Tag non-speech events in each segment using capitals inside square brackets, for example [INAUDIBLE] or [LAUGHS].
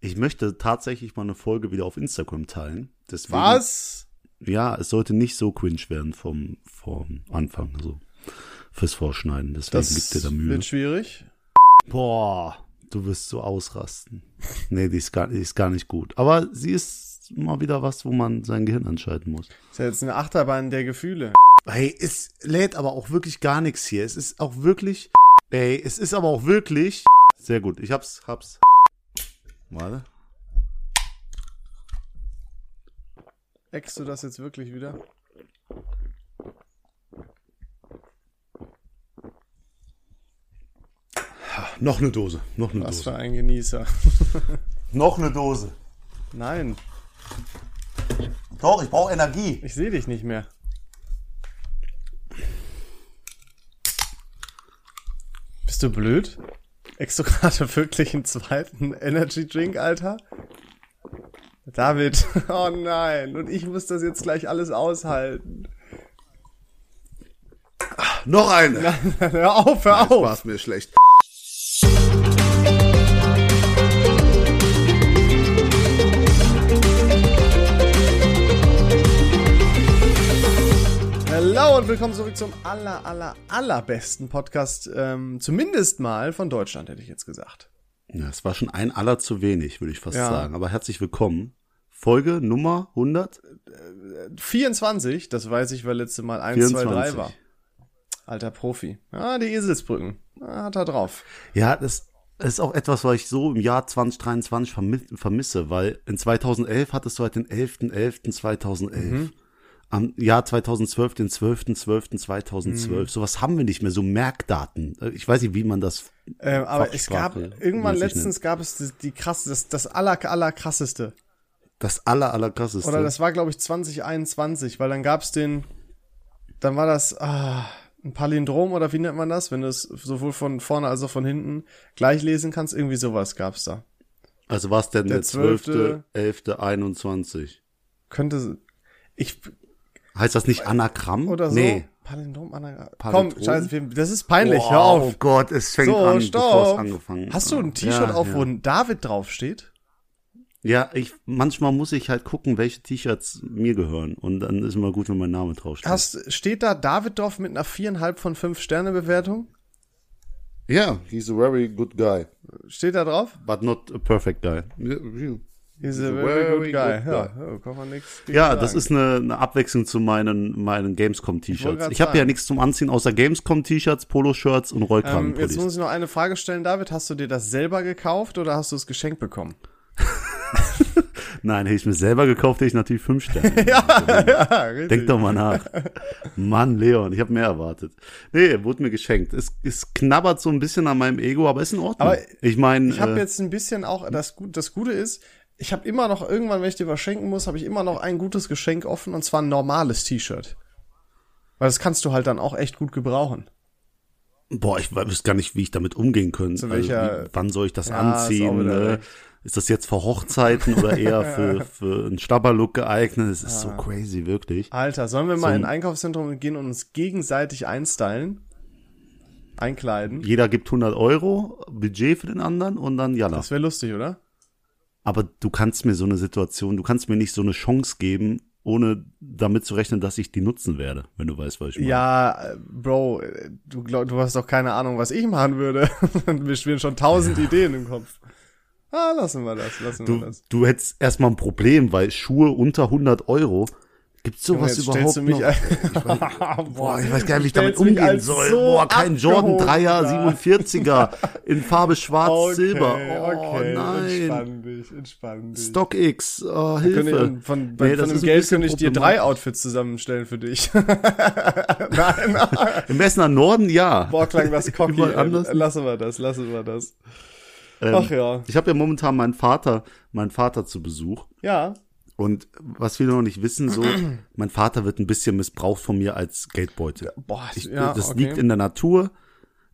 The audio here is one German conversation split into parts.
Ich möchte tatsächlich mal eine Folge wieder auf Instagram teilen. Deswegen, Was? Ja, es sollte nicht so cringe werden vom, vom Anfang, so fürs Vorschneiden. Deswegen Das gibt dir da Mühe. wird schwierig. Boah, du wirst so ausrasten. Nee, die ist, gar, die ist gar nicht gut. Aber sie ist mal wieder was, wo man sein Gehirn anschalten muss. Ist ja jetzt eine Achterbahn der Gefühle. Hey, es lädt aber auch wirklich gar nichts hier. Es ist auch wirklich. Ey, es ist aber auch wirklich. Sehr gut, ich hab's, hab's. Warte. Eckst du das jetzt wirklich wieder? Noch eine Dose, noch eine Was Dose. für ein Genießer. Noch eine Dose. Nein, Doch, ich brauche Energie. ich sehe dich nicht mehr. Bist du blöd? Eckst du gerade [LAUGHS] wirklich einen zweiten Energy Drink, Alter? David, [LAUGHS] oh nein, und ich muss das jetzt gleich alles aushalten. [LAUGHS] Noch eine. Hör auf, hör auf! War's mir schlecht. Hallo und willkommen zurück zum aller, aller, allerbesten Podcast, ähm, zumindest mal von Deutschland, hätte ich jetzt gesagt. Ja, es war schon ein aller zu wenig, würde ich fast Ja. sagen. Aber herzlich willkommen. Folge Nummer 100? 24, das weiß ich, weil letzte Mal 1, 2, 3 war. Alter Profi. Ah, die Eselsbrücken. Ah, hat er drauf. Ja, das ist auch etwas, was ich so im Jahr 2023 vermi- vermisse, weil in 2011 hattest du halt den 11.11.2011. Mhm. Am Jahr 2012 den 12.12.2012. Mhm. Sowas haben wir nicht mehr, so Merkdaten. Äh, Ich weiß nicht, wie man das. Ähm, aber es gab, Fachsprache, irgendwann muss ich letztens gab es die, die krass, das, das aller, aller krasseste. Das aller, aller krasseste. Oder das war, glaube ich, 2021, weil dann gab es den, dann war das ah, ein Palindrom oder wie nennt man das, wenn du es sowohl von vorne als auch von hinten gleich lesen kannst, irgendwie sowas gab es da. also war es denn der, der 12.? 12.11.21? Könnte, ich, Heißt das nicht Anagramm? oder so, Nee. Palindrom, Anagramm. Palindrom? Komm, scheiße, wir- das ist peinlich, Oh, hör auf. Gott, es fängt So, an, bevor es stopp. angefangen Hast du ein T-Shirt Ja, auf, ja. wo ein David draufsteht? Ja, ich manchmal muss ich halt gucken, welche T-Shirts mir gehören und dann ist immer gut, wenn mein Name draufsteht. Hast, steht da David drauf mit einer viereinhalb von fünf Sterne Bewertung? Ja, he's a very good guy. Steht da drauf? But not a perfect guy. He's a very, good guy. ja, oh, kann man nix gegen Ja, das sagen. ist eine, eine Abwechslung zu meinen meinen Gamescom wollte T-Shirts. grad Ich habe sagen. ja nichts zum Anziehen außer Gamescom T-Shirts, Poloshirts und Ähm, jetzt Rollkragenpullis. muss ich noch eine Frage stellen, David. Hast du dir das selber gekauft oder hast du es geschenkt bekommen? Nein, hätte ich mir selber gekauft, hätte ich natürlich fünf [LAUGHS] Sterne. Ja, richtig. Denk doch mal nach. Mann, Leon, ich habe mehr erwartet. Nee, wurde mir geschenkt. Es, es knabbert so ein bisschen an meinem Ego, aber ist in Ordnung. Aber ich meine, Ich habe äh, jetzt ein bisschen auch das gut. Das Gute ist, ich habe immer noch irgendwann, wenn ich dir was schenken muss, habe ich immer noch ein gutes Geschenk offen und zwar ein normales T-Shirt. Weil das kannst du halt dann auch echt gut gebrauchen. Boah, ich weiß gar nicht, wie ich damit umgehen könnte. Zu welcher- also, wie, wann soll ich das Ja, ist auch anziehen? wieder ne? recht. Ist das jetzt für Hochzeiten oder [LAUGHS] eher für, für einen Schlabberlook geeignet? Es ist so crazy, wirklich. Alter, sollen wir mal So in ein ein- Einkaufszentrum gehen und uns gegenseitig einstylen? Einkleiden? Jeder gibt 100 Euro Budget für den anderen und dann jalla. Das wäre lustig, oder? Aber du kannst mir so eine Situation, du kannst mir nicht so eine Chance geben, ohne damit zu rechnen, dass ich die nutzen werde, wenn du weißt, was ich meine. Ja, äh, Bro, äh, du, glaub, du hast doch keine Ahnung, was ich machen würde. [LAUGHS] Mir schwirren schon tausend Ideen im Kopf. Ah, lassen wir das, lassen wir Du, das. du hättest erstmal ein Problem, weil Schuhe unter 100 Euro, gibt's sowas jetzt überhaupt stellst du mich [LAUGHS] noch? [LAUGHS] ein- Boah, ich weiß gar nicht, wie ich damit stellst mich umgehen als soll. so Boah, kein Jordan abgehoben 3er, 47er dar. in Farbe schwarz, silber. Oh okay, nein. Entspann dich, entspann dich. Stock X, oh, Könnte Hilfe. ich, von bei, Nee, das von dem ist ein Geld bisschen könnte ich dir drei problematisch. Outfits zusammenstellen für dich. [LAUGHS] nein, Im Essener Norden, ja. boah, klang das [LAUGHS] cocky. Überall anders. Ähm, Lassen wir das, lassen wir das. Ach ja. Ich habe ja momentan meinen Vater, meinen Vater zu Besuch. Ja, Und was viele noch nicht wissen, so, [CLEARS THROAT] mein Vater wird ein bisschen missbraucht von mir als Geldbeutel. boah, Ich, ja, das okay. Mhm. liegt in der Natur.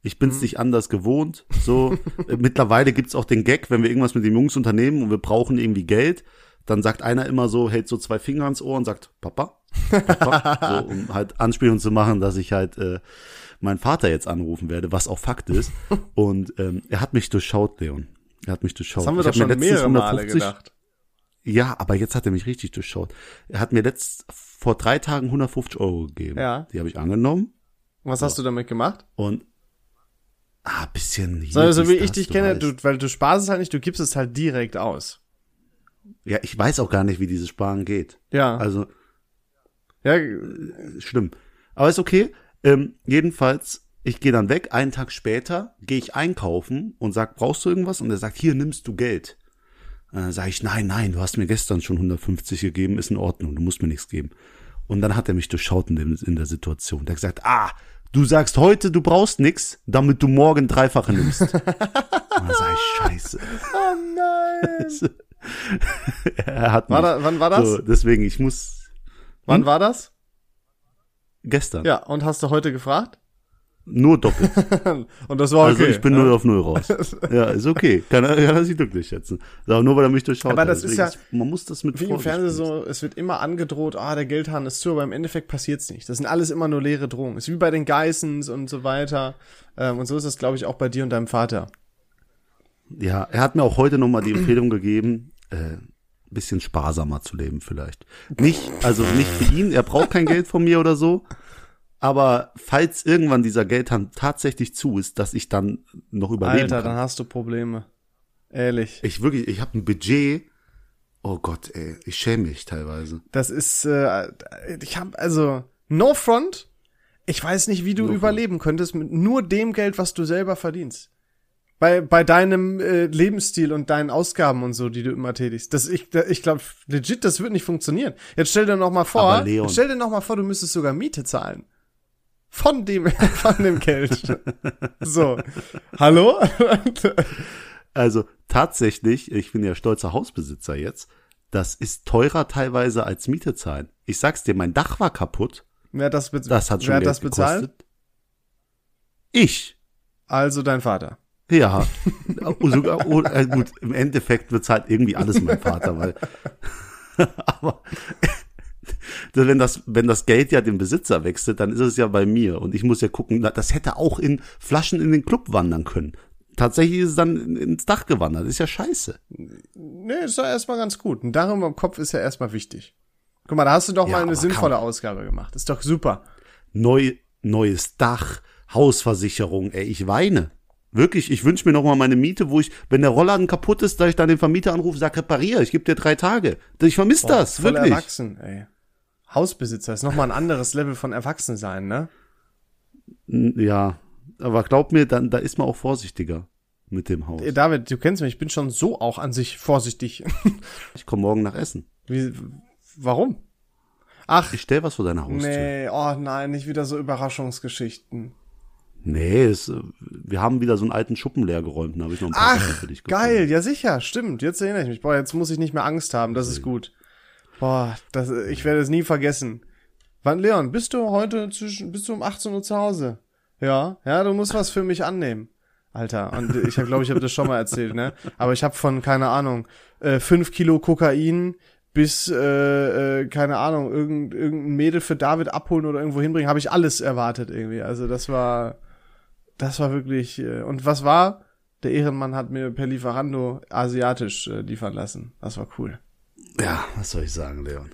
Ich bin's nicht anders gewohnt. [LAUGHS] So, äh, mittlerweile gibt's auch den Gag, wenn wir irgendwas mit den Jungs unternehmen und wir brauchen irgendwie Geld, dann sagt einer immer so, hält so zwei Finger ans Ohr und sagt, Papa, Papa, so, [LAUGHS] um halt Anspielung zu machen, dass ich halt äh, meinen Vater jetzt anrufen werde, was auch Fakt ist. Und ähm, er hat mich durchschaut, Leon. Er hat mich durchschaut. Das haben wir ich doch hab mir schon letztens mehrere Male 150 gedacht. Ja, aber jetzt hat er mich richtig durchschaut. Er hat mir letzt vor drei Tagen 150 Euro gegeben. Ja. Die habe ich angenommen Und Was hast du damit gemacht? und ah, bisschen. hier, so, so dies, wie ich das, dich du kenne, weißt. du, weil du sparst es halt nicht, du gibst es halt direkt aus. Ja, ich weiß auch gar nicht, wie dieses Sparen geht. Ja. Also ja, schlimm. Aber ist okay. Ähm, jedenfalls, ich gehe dann weg. Einen Tag später gehe ich einkaufen und sag, brauchst du irgendwas? Und er sagt, hier nimmst du Geld. Und dann sage ich, nein, nein, du hast mir gestern schon 150 gegeben, ist in Ordnung, du musst mir nichts geben. Und dann hat er mich durchschaut in, dem, in der Situation. Der hat gesagt, ah, du sagst heute, du brauchst nichts, damit du morgen Dreifache [LAUGHS] nimmst. und dann sage ich, scheiße. [LAUGHS] Oh nein. Er hat War mich- da, wann war das? So, hm? deswegen, ich muss Wann war das? gestern. Ja, und hast du heute gefragt? Nur doppelt. [LAUGHS] Und das war okay. Also ich bin nur auf null [LAUGHS] raus. ja, ist okay. Kann er, kann er sich glücklich schätzen. Aber nur weil er mich durchschaut. Aber hat. das ist Deswegen ja man muss das mit Wie im Vorsicht Fernsehen nehmen. so, es wird immer angedroht, ah, der Geldhahn ist zu, aber im Endeffekt passiert's nicht. Das sind alles immer nur leere Drohungen. Ist wie bei den Geissens und so weiter. Ähm, und so ist das, glaube ich, auch bei dir und deinem Vater. Ja, er hat mir auch heute nochmal die Empfehlung gegeben, äh, bisschen sparsamer zu leben vielleicht. Nicht, also nicht für ihn, er braucht kein Geld von mir oder so. Aber falls irgendwann dieser Geldhahn tatsächlich zu ist, dass ich dann noch überleben Alter, kann. dann hast du Probleme. Ehrlich. Ich wirklich, ich habe ein Budget. Oh Gott, ey, ich schäme mich teilweise. Das ist, äh, ich habe also no front. Ich weiß nicht, wie du überleben könntest mit nur dem Geld, was du selber verdienst. Bei, bei deinem äh, Lebensstil und deinen Ausgaben und so, die du immer tätigst. Das, ich da- ich glaube, legit, das wird nicht funktionieren. Jetzt stell dir noch mal vor, Aber Leon- jetzt stell dir noch mal vor, du müsstest sogar Miete zahlen. Von dem, [LAUGHS] von dem Geld. so. Hallo? [LAUGHS] Also tatsächlich, ich bin ja stolzer Hausbesitzer jetzt. Das ist teurer teilweise als Miete zahlen. Ich sag's dir, mein Dach war kaputt. wer hat das, be Das hat schon wer hat Geld das bezahlt? gekostet. Ich. Also dein Vater. [LAUGHS] Ja. Oh, Sogar, oh, äh, gut, im Endeffekt bezahlt irgendwie alles mein Vater, weil. [LAUGHS] Aber [LAUGHS] wenn das, wenn das Geld ja den Besitzer wechselt, dann ist es ja bei mir. Und ich muss ja gucken, na, das hätte auch in Flaschen in den Club wandern können. Tatsächlich ist es dann in- ins Dach gewandert. Ist ja scheiße. Nee, ist ja erstmal ganz gut. Ein Dach über dem Kopf ist ja erstmal wichtig. Guck mal, da hast du doch Ja, mal eine aber sinnvolle kann- Ausgabe gemacht. Ist doch super. neu, neues Dach, Hausversicherung, ey, ich weine. Wirklich, ich wünsche mir noch mal meine Miete, wo ich, wenn der Rollladen kaputt ist, dass ich dann den Vermieter anrufe, sag, repariere, ich gebe dir drei Tage. Ich vermisse das, Voll wirklich. erwachsen, ey. Hausbesitzer ist nochmal ein anderes Level von Erwachsensein, ne? N- Ja, aber glaub mir, dann, da ist man auch vorsichtiger mit dem Haus. Ey, David, du kennst mich, ich bin schon so auch an sich vorsichtig. [LAUGHS] Ich komme morgen nach Essen. Wie, warum? Ach, Ich stell was vor deiner Haustür. nee, oh nein, nicht wieder so Überraschungsgeschichten. Nee, es, äh, wir haben wieder so einen alten Schuppen leer geräumt, da habe ich noch ein paar Sachen Ach, für dich gefunden. geil, ja sicher, stimmt, jetzt erinnere ich mich. Boah, jetzt muss ich nicht mehr Angst haben, das ist gut. Boah, das, ich werde es nie vergessen. Wann, Leon, bist du heute zwischen, bist du um 18 Uhr zu Hause? Ja, ja, du musst was für mich annehmen. Alter, und ich glaube, ich habe das schon mal erzählt, ne? Aber ich habe von, keine Ahnung, äh, 5 Kilo Kokain bis, äh, äh, keine Ahnung, irgend, irgendein Mädel für David abholen oder irgendwo hinbringen, habe ich alles erwartet irgendwie. Also das war, das war wirklich, äh, und was war? Der Ehrenmann hat mir per Lieferando asiatisch äh, liefern lassen. Das war cool. Ja, was soll ich sagen, Leon?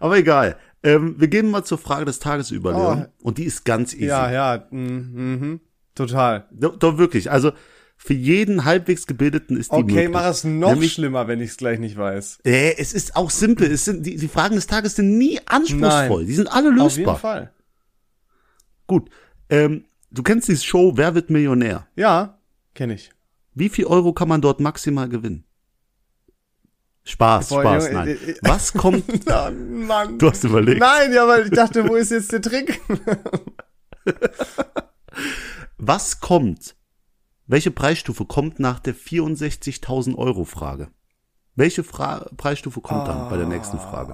Aber egal. Ähm, wir gehen mal zur Frage des Tages über, Leon. Und die ist ganz easy. Oh. Ja, ja, mhm, mhm, total. Doch, doch wirklich. Also für jeden halbwegs gebildeten ist die Okay, möglich. mach es noch Nämlich- schlimmer, wenn ich es gleich nicht weiß. Äh, es ist auch simpel. Es sind die, die Fragen des Tages sind nie anspruchsvoll. Nein. Die sind alle Auf jeden lösbar. Fall. Gut. Ähm, du kennst die Show Wer wird Millionär? Ja, [LAUGHS] kenne ich. Wie viel Euro kann man dort maximal gewinnen? Spaß, Boah, Spaß, Junge, nein. äh, äh. Was kommt? Oh, Mann. Du hast überlegt. Nein, ja, weil ich dachte, wo ist jetzt der Trick? Was kommt? Welche Preisstufe kommt nach der 64.000 Euro Frage? Welche Fra Preisstufe kommt dann bei der nächsten Frage?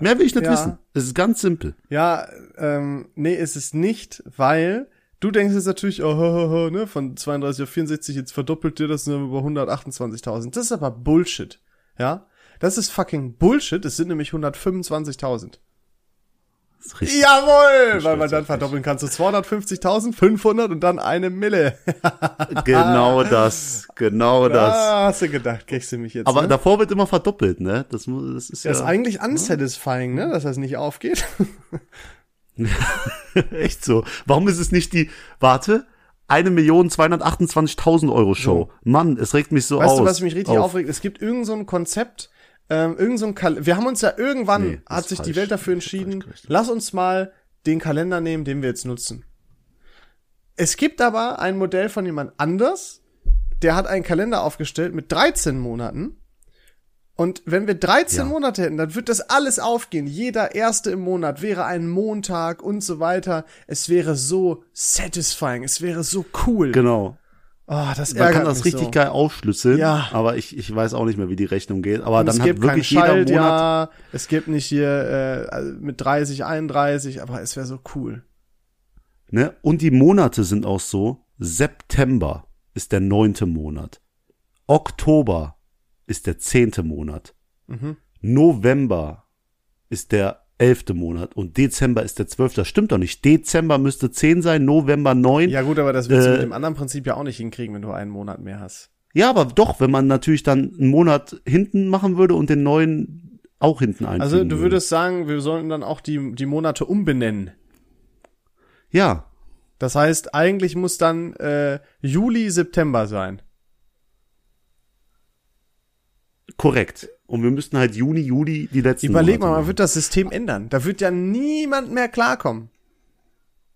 Mehr will ich nicht Ah, Ja. wissen. Es ist ganz simpel. Ja, ähm, nee, ist es nicht, weil du denkst jetzt natürlich, oh, ho, ho, ho, ne, von 32 auf 64, jetzt verdoppelt dir das nur über 128.000. Das ist aber Bullshit, ja? Das ist fucking Bullshit, es sind nämlich 125.000. Ist richtig. Jawohl! Weil man weiß dann verdoppeln kann zu 250.000, 500 und dann eine Mille. Genau das, genau das. Ah, hast du gedacht, kriegst du mich jetzt. Aber ne? davor wird immer verdoppelt, ne? Das, mu- das ist ja. Mhm. das ist eigentlich unsatisfying, ne? Dass das nicht aufgeht. Echt so. Warum ist es nicht die, warte, 1.228.000 Euro Show? Mann, es regt mich so Weißt aus. du, was mich richtig auf. aufregt? Es gibt irgend so ein Konzept, ähm, irgend so ein Kal Wir haben uns ja irgendwann, Nee, das hat ist sich die falsch. Welt dafür Ich hab falsch entschieden, gerechnet. lass uns mal den Kalender nehmen, den wir jetzt nutzen. Es gibt aber ein Modell von jemand anders, der hat einen Kalender aufgestellt mit 13 Monaten. Und wenn wir 13 Ja. Monate hätten, dann wird das alles aufgehen. Jeder erste im Monat wäre ein Montag und so weiter. Es wäre so satisfying, es wäre so cool. Genau. Ah, das Man ärgert kann das mich richtig so. geil aufschlüsseln, Ja. aber ich, ich weiß auch nicht mehr, wie die Rechnung geht. Aber Und dann es hat gibt keinen wirklich jeder Schalt, Monat. ja, es gibt nicht hier äh, mit 30, 31, aber es wäre so cool. Ne? Und die Monate sind auch so. September ist der neunte Monat. Oktober ist der zehnte Monat. Mhm. November ist der elfte Monat und Dezember ist der zwölfte. Das stimmt doch nicht. Dezember müsste zehn sein, November neun. Ja gut, aber das willst du Äh, mit dem anderen Prinzip ja auch nicht hinkriegen, wenn du einen Monat mehr hast. Ja, aber doch, wenn man natürlich dann einen Monat hinten machen würde und den neuen auch hinten einfügen Also du würde. würdest sagen, wir sollten dann auch die, die Monate umbenennen. Ja, Das heißt, eigentlich muss dann äh, Juli, September sein. korrekt. Und wir müssten halt Juni, Juli die letzten Überleg mal, Monate man wird das System ändern. Da wird ja niemand mehr klarkommen.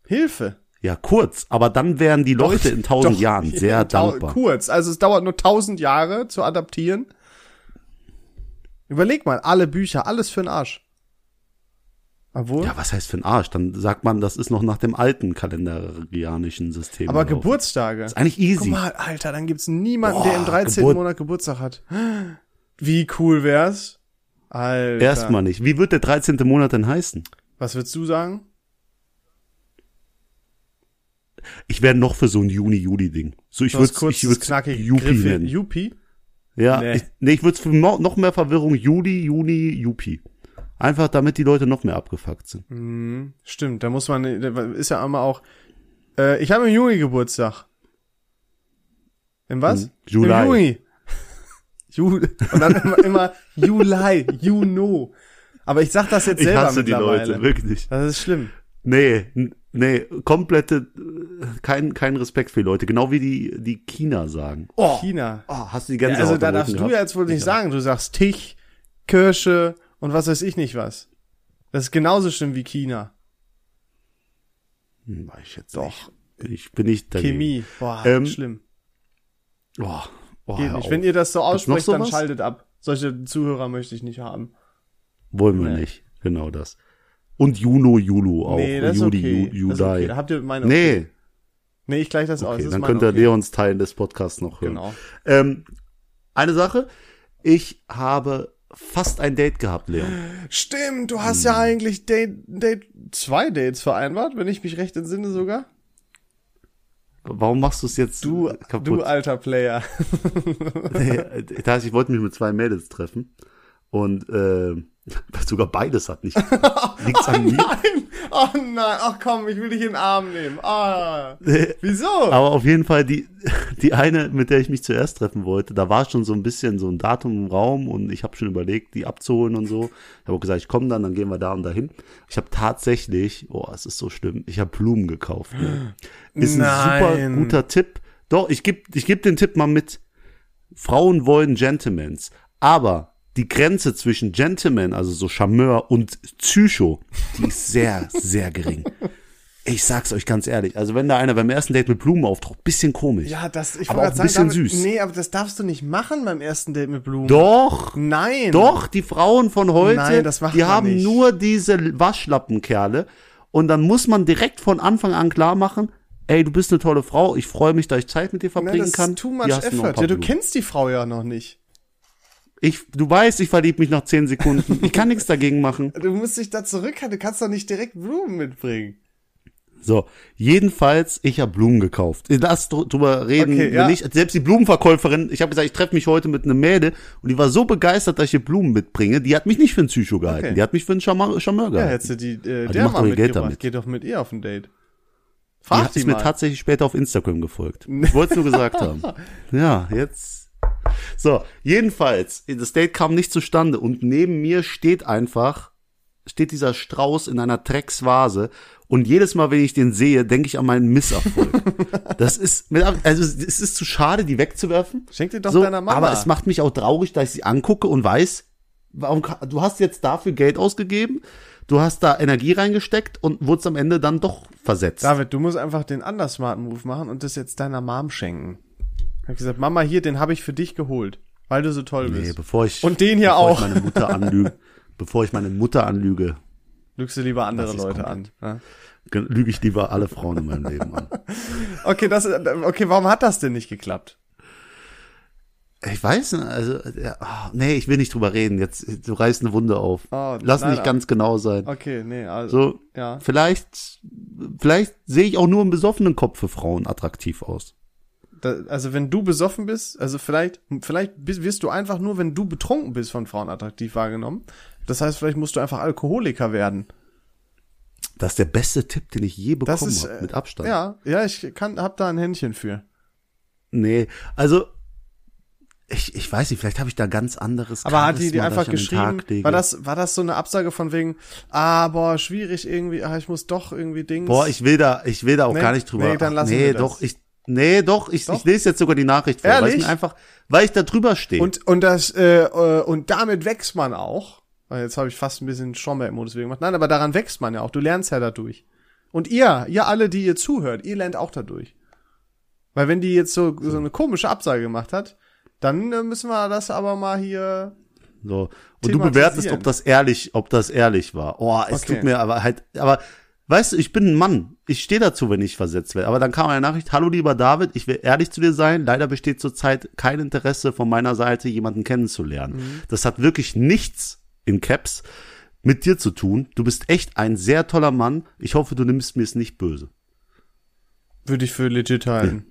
Hilfe. Ja, kurz, aber dann wären die Leute in tausend Doch, Jahren sehr in [LAUGHS] tau- dankbar. Kurz, also es dauert nur tausend Jahre zu adaptieren. Überleg mal, alle Bücher, alles für den Arsch. Obwohl, Ja, was heißt für ein Arsch? Dann sagt man, das ist noch nach dem alten kalendarianischen System. aber gelaufen. Geburtstage. Ist eigentlich easy. Guck mal, Alter, dann gibt's niemanden, der im Boah, 13. Geburt- Monat Geburtstag hat. Wie cool wär's? Alter. Erstmal nicht. Wie wird der 13. Monat denn heißen? Was würdest du sagen? Ich wäre noch für so ein Juni-Juli-Ding. So, ich Du hast würde kurz, ich würd's knackig, Yuppie griffig. nennen. Yuppie? ja, Nee. nee. Ich, nee, ich würde für mo- noch mehr Verwirrung Juli, Juni, Jupi. Einfach damit die Leute noch mehr abgefuckt sind. Stimmt, da muss man, ist ja einmal auch, äh, ich habe im Juni Geburtstag. Im was? Im Hm, Juli. Im [LAUGHS] Juni. Ju und dann immer, immer Juli, you know. Aber ich sag das jetzt Ich selber hasse die mittlerweile. Leute, wirklich. Das ist schlimm. Nee, n- nee, komplette, äh, kein, kein Respekt für die Leute. Genau wie die, die China sagen. Oh, China. oh hast du die Ja, ganze also da darfst du ja jetzt wohl nicht sagen, du sagst Tich, Kirsche und was weiß ich nicht was. Das ist genauso schlimm wie China. Hm, weiß ich jetzt Doch. Nicht. Ich bin nicht dagegen. Chemie. Boah, Ähm, schlimm. Oh, oh, Geht hör nicht. auf. Wenn ihr das so Gibt's noch aussprecht, dann sowas? schaltet ab. Solche Zuhörer möchte ich nicht haben. Wollen wir Nee. nicht. Genau das. Und Juno, Julu auch. Nee, das ist Juli, okay. Ju, Das ist okay. Juli. Da habt ihr meine Nee, Nee, ich gleiche das aus. okay, Das ist dann meine könnt ihr okay. Leons Teil des Podcasts noch hören. Genau. Ähm, eine Sache. Ich habe fast ein Date gehabt, Leon. Stimmt, du hast Hm. ja eigentlich Date, Date, zwei Dates vereinbart, wenn ich mich recht entsinne sogar. Warum machst du es jetzt Du, kaputt? du alter Player. [LAUGHS] das heißt, ich wollte mich mit zwei Mädels treffen und äh, [LAUGHS] sogar beides hat [LAUGHS] nicht nichts an mir. nein, oh nein, ach komm, ich will dich in den Arm nehmen. [LAUGHS] Ah, wieso? Aber auf jeden Fall die [LAUGHS] die eine, mit der ich mich zuerst treffen wollte, da war schon so ein bisschen so ein Datum im Raum und ich habe schon überlegt, die abzuholen und so. Ich habe auch gesagt, ich komme dann, dann gehen wir da und dahin. Ich habe tatsächlich, oh, es ist so schlimm, ich habe Blumen gekauft. Ne? Ist ein Nein. super guter Tipp. Doch, ich gebe ich geb den Tipp mal mit. Frauen wollen Gentlemans, aber die Grenze zwischen Gentleman, also so Charmeur und Psycho, die ist sehr, [LAUGHS] sehr gering. Ich sag's euch ganz ehrlich. Also wenn da einer beim ersten Date mit Blumen auftaucht, bisschen komisch. Ja, das, ich aber auch wollte ein gerade sagen, bisschen damit, süß. nee, aber das darfst du nicht machen beim ersten Date mit Blumen. Doch, Nein. doch, die Frauen von heute, Genau. Nein, das macht die man haben nicht. nur diese Waschlappenkerle. Und dann muss man direkt von Anfang an klar machen, ey, du bist eine tolle Frau, ich freue mich, dass ich Zeit mit dir Nein, verbringen Ne, das kann. ist too much Hier hast du noch ein effort. paar Ja, du Blumen. kennst die Frau ja noch nicht. Ich, du weißt, ich verlieb mich nach zehn Sekunden. Ich kann nichts dagegen machen. Du musst dich da zurückhalten, du kannst doch nicht direkt Blumen mitbringen. So, jedenfalls, ich habe Blumen gekauft. Äh, Lass dr- drüber reden Okay, wir ja. nicht. Selbst die Blumenverkäuferin, ich habe gesagt, ich treffe mich heute mit einer Mäde und die war so begeistert, dass ich ihr Blumen mitbringe. Die hat mich nicht für einen Psycho gehalten, Okay. die hat mich für einen Charmeur, Charmeur Ja, gehalten. hättest du die, äh, die der macht mal doch ihr Geld mitgebracht. damit. Geh doch mit ihr auf ein Date. die Frag hat die es mir mal. tatsächlich später auf Instagram [LAUGHS] gefolgt. Ich wollte es nur gesagt haben. Ja, jetzt. So, jedenfalls, das Date kam nicht zustande und neben mir steht einfach, steht dieser Strauß in einer Drecksvase und jedes Mal, wenn ich den sehe, denke ich an meinen [LAUGHS] Misserfolg. das ist, mit, also es ist zu schade, die wegzuwerfen. Schenk die doch so, deiner Mama. Aber es macht mich auch traurig, dass ich sie angucke und weiß, warum, ka- du hast jetzt dafür Geld ausgegeben, du hast da Energie reingesteckt und wurdest am Ende dann doch versetzt. David, du musst einfach den anderen smarten Move machen und das jetzt deiner Mom schenken. Ich hab gesagt, Mama, hier, den habe ich für dich geholt, weil du so toll Nee, bist. bevor ich Und den hier bevor auch. Ich meine Mutter [LAUGHS] anlüge, bevor ich meine Mutter anlüge, Lügst du lieber andere Das ist Leute an. Ja? ge- lüge ich lieber alle Frauen in meinem Leben an. Okay, das, äh, okay, warum hat das denn nicht geklappt? Ich weiß nicht, also ja, ah, nee, ich will nicht drüber reden. Jetzt du reißt eine Wunde auf. Oh, Lass nein, nicht ganz genau sein. Okay, nee, also. So, Ja. vielleicht vielleicht sehe ich auch nur im besoffenen Kopf für Frauen attraktiv aus. Da, also wenn du besoffen bist, also vielleicht, vielleicht bist, wirst du einfach nur, wenn du betrunken bist, von Frauen attraktiv wahrgenommen. Das heißt, vielleicht musst du einfach Alkoholiker werden. Das ist der beste Tipp, den ich je Das bekommen ist habe, äh, mit Abstand. Ja, ja, ich kann, hab da ein Händchen für. Nee, also ich, ich weiß nicht, vielleicht habe ich da ganz anderes Aber hat die die Charisma, das einfach ich an den geschrieben? Tag lege. War das, war das so eine Absage von wegen, ah, boah, schwierig irgendwie, ah, ich muss doch irgendwie Dings. Boah, ich will da, ich will da auch Nee, gar nicht drüber. nee, dann lassen nee, wir das. doch, ich, nee, doch, ich, Doch. ich lese jetzt sogar die Nachricht vor, weil Ehrlich? ich mir einfach, weil ich da drüber stehe. Und, und das, äh, äh, und damit wächst man auch. Ah, Jetzt habe ich fast ein bisschen Stromberg-Modus wegen gemacht. Nein, aber daran wächst man ja auch. Du lernst ja dadurch. Und ihr, ihr alle, die ihr zuhört, ihr lernt auch dadurch. Weil wenn die jetzt so, so eine komische Absage gemacht hat, dann äh, müssen wir das aber mal hier. So. Und du bewertest, ob das ehrlich, ob das ehrlich war. Oh, es Okay. tut mir aber halt, aber weißt du, ich bin ein Mann. Ich stehe dazu, wenn ich versetzt werde. Aber dann kam eine Nachricht, hallo lieber David, ich will ehrlich zu dir sein. Leider besteht zurzeit kein Interesse von meiner Seite, jemanden kennenzulernen. Mhm. Das hat wirklich nichts in Caps mit dir zu tun. Du bist echt ein sehr toller Mann. Ich hoffe, du nimmst mir es nicht böse. Würde ich für legit halten. Hm.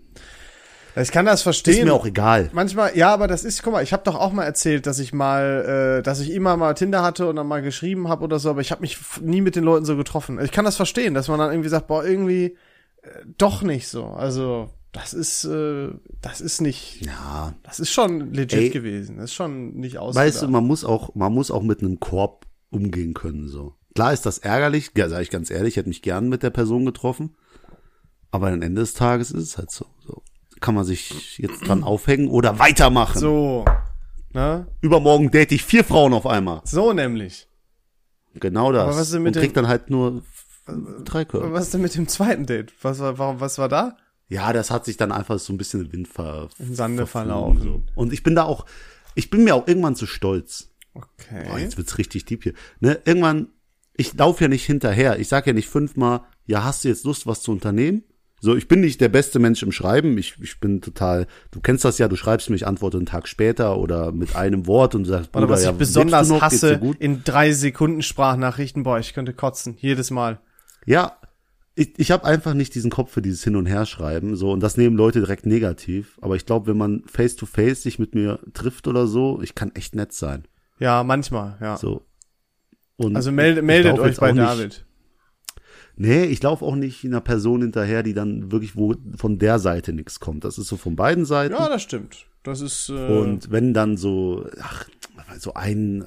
Ich kann das verstehen. Ist mir auch egal. Manchmal, ja, aber das ist, guck mal, ich habe doch auch mal erzählt, dass ich mal, äh, dass ich immer mal Tinder hatte und dann mal geschrieben habe oder so, aber ich habe mich f- nie mit den Leuten so getroffen. Ich kann das verstehen, dass man dann irgendwie sagt, boah, irgendwie äh, doch nicht so. Also das ist, äh, das ist nicht, Ja, das ist schon legit Ey. gewesen. Das ist schon nicht aus. weißt du, man muss auch, man muss auch mit einem Korb umgehen können, so. Klar ist das ärgerlich, ja, sag ich ganz ehrlich, ich hätte mich gern mit der Person getroffen. Aber am Ende des Tages ist es halt so. so. Kann man sich jetzt [CLEARS THROAT] dran aufhängen oder weitermachen. so, ne? Übermorgen date ich vier Frauen auf einmal. So nämlich. Genau das. Aber was ist denn Und mit den- Also, kriegt dann halt nur drei Körbe. Was ist denn mit dem zweiten Date? Was war, warum, was war da? Ja, das hat sich dann einfach so ein bisschen im Wind ver Im Sande verflogen, verlaufen. So. Und ich bin da auch, ich bin mir auch irgendwann zu stolz. Okay. Boah, jetzt wird's richtig deep hier. Ne, irgendwann, ich laufe ja nicht hinterher. Ich sage ja nicht fünfmal, ja, hast du jetzt Lust, was zu unternehmen? So, ich bin nicht der beste Mensch im Schreiben. Ich, ich bin total, du kennst das ja, du schreibst mir, ich antworte einen Tag später oder mit einem Wort und du sagst, Oder Bruder, was ja, ich lebst besonders du noch? Geht's dir hasse, Gut? in drei Sekunden Sprachnachrichten, boah, ich könnte kotzen, jedes Mal. Ja, ich, ich habe einfach nicht diesen Kopf für dieses Hin- und Herschreiben. So, und das nehmen Leute direkt negativ. Aber ich glaube, wenn man face-to-face sich mit mir trifft oder so, ich kann echt nett sein. Ja, manchmal, ja. So. Und also meldet, ich meldet lauf euch jetzt bei auch nicht- David. Nee, ich laufe auch nicht einer Person hinterher, die dann wirklich wo von der Seite nichts kommt. Das ist so von beiden Seiten. Ja, das stimmt. Das ist äh, und wenn dann so, ach, so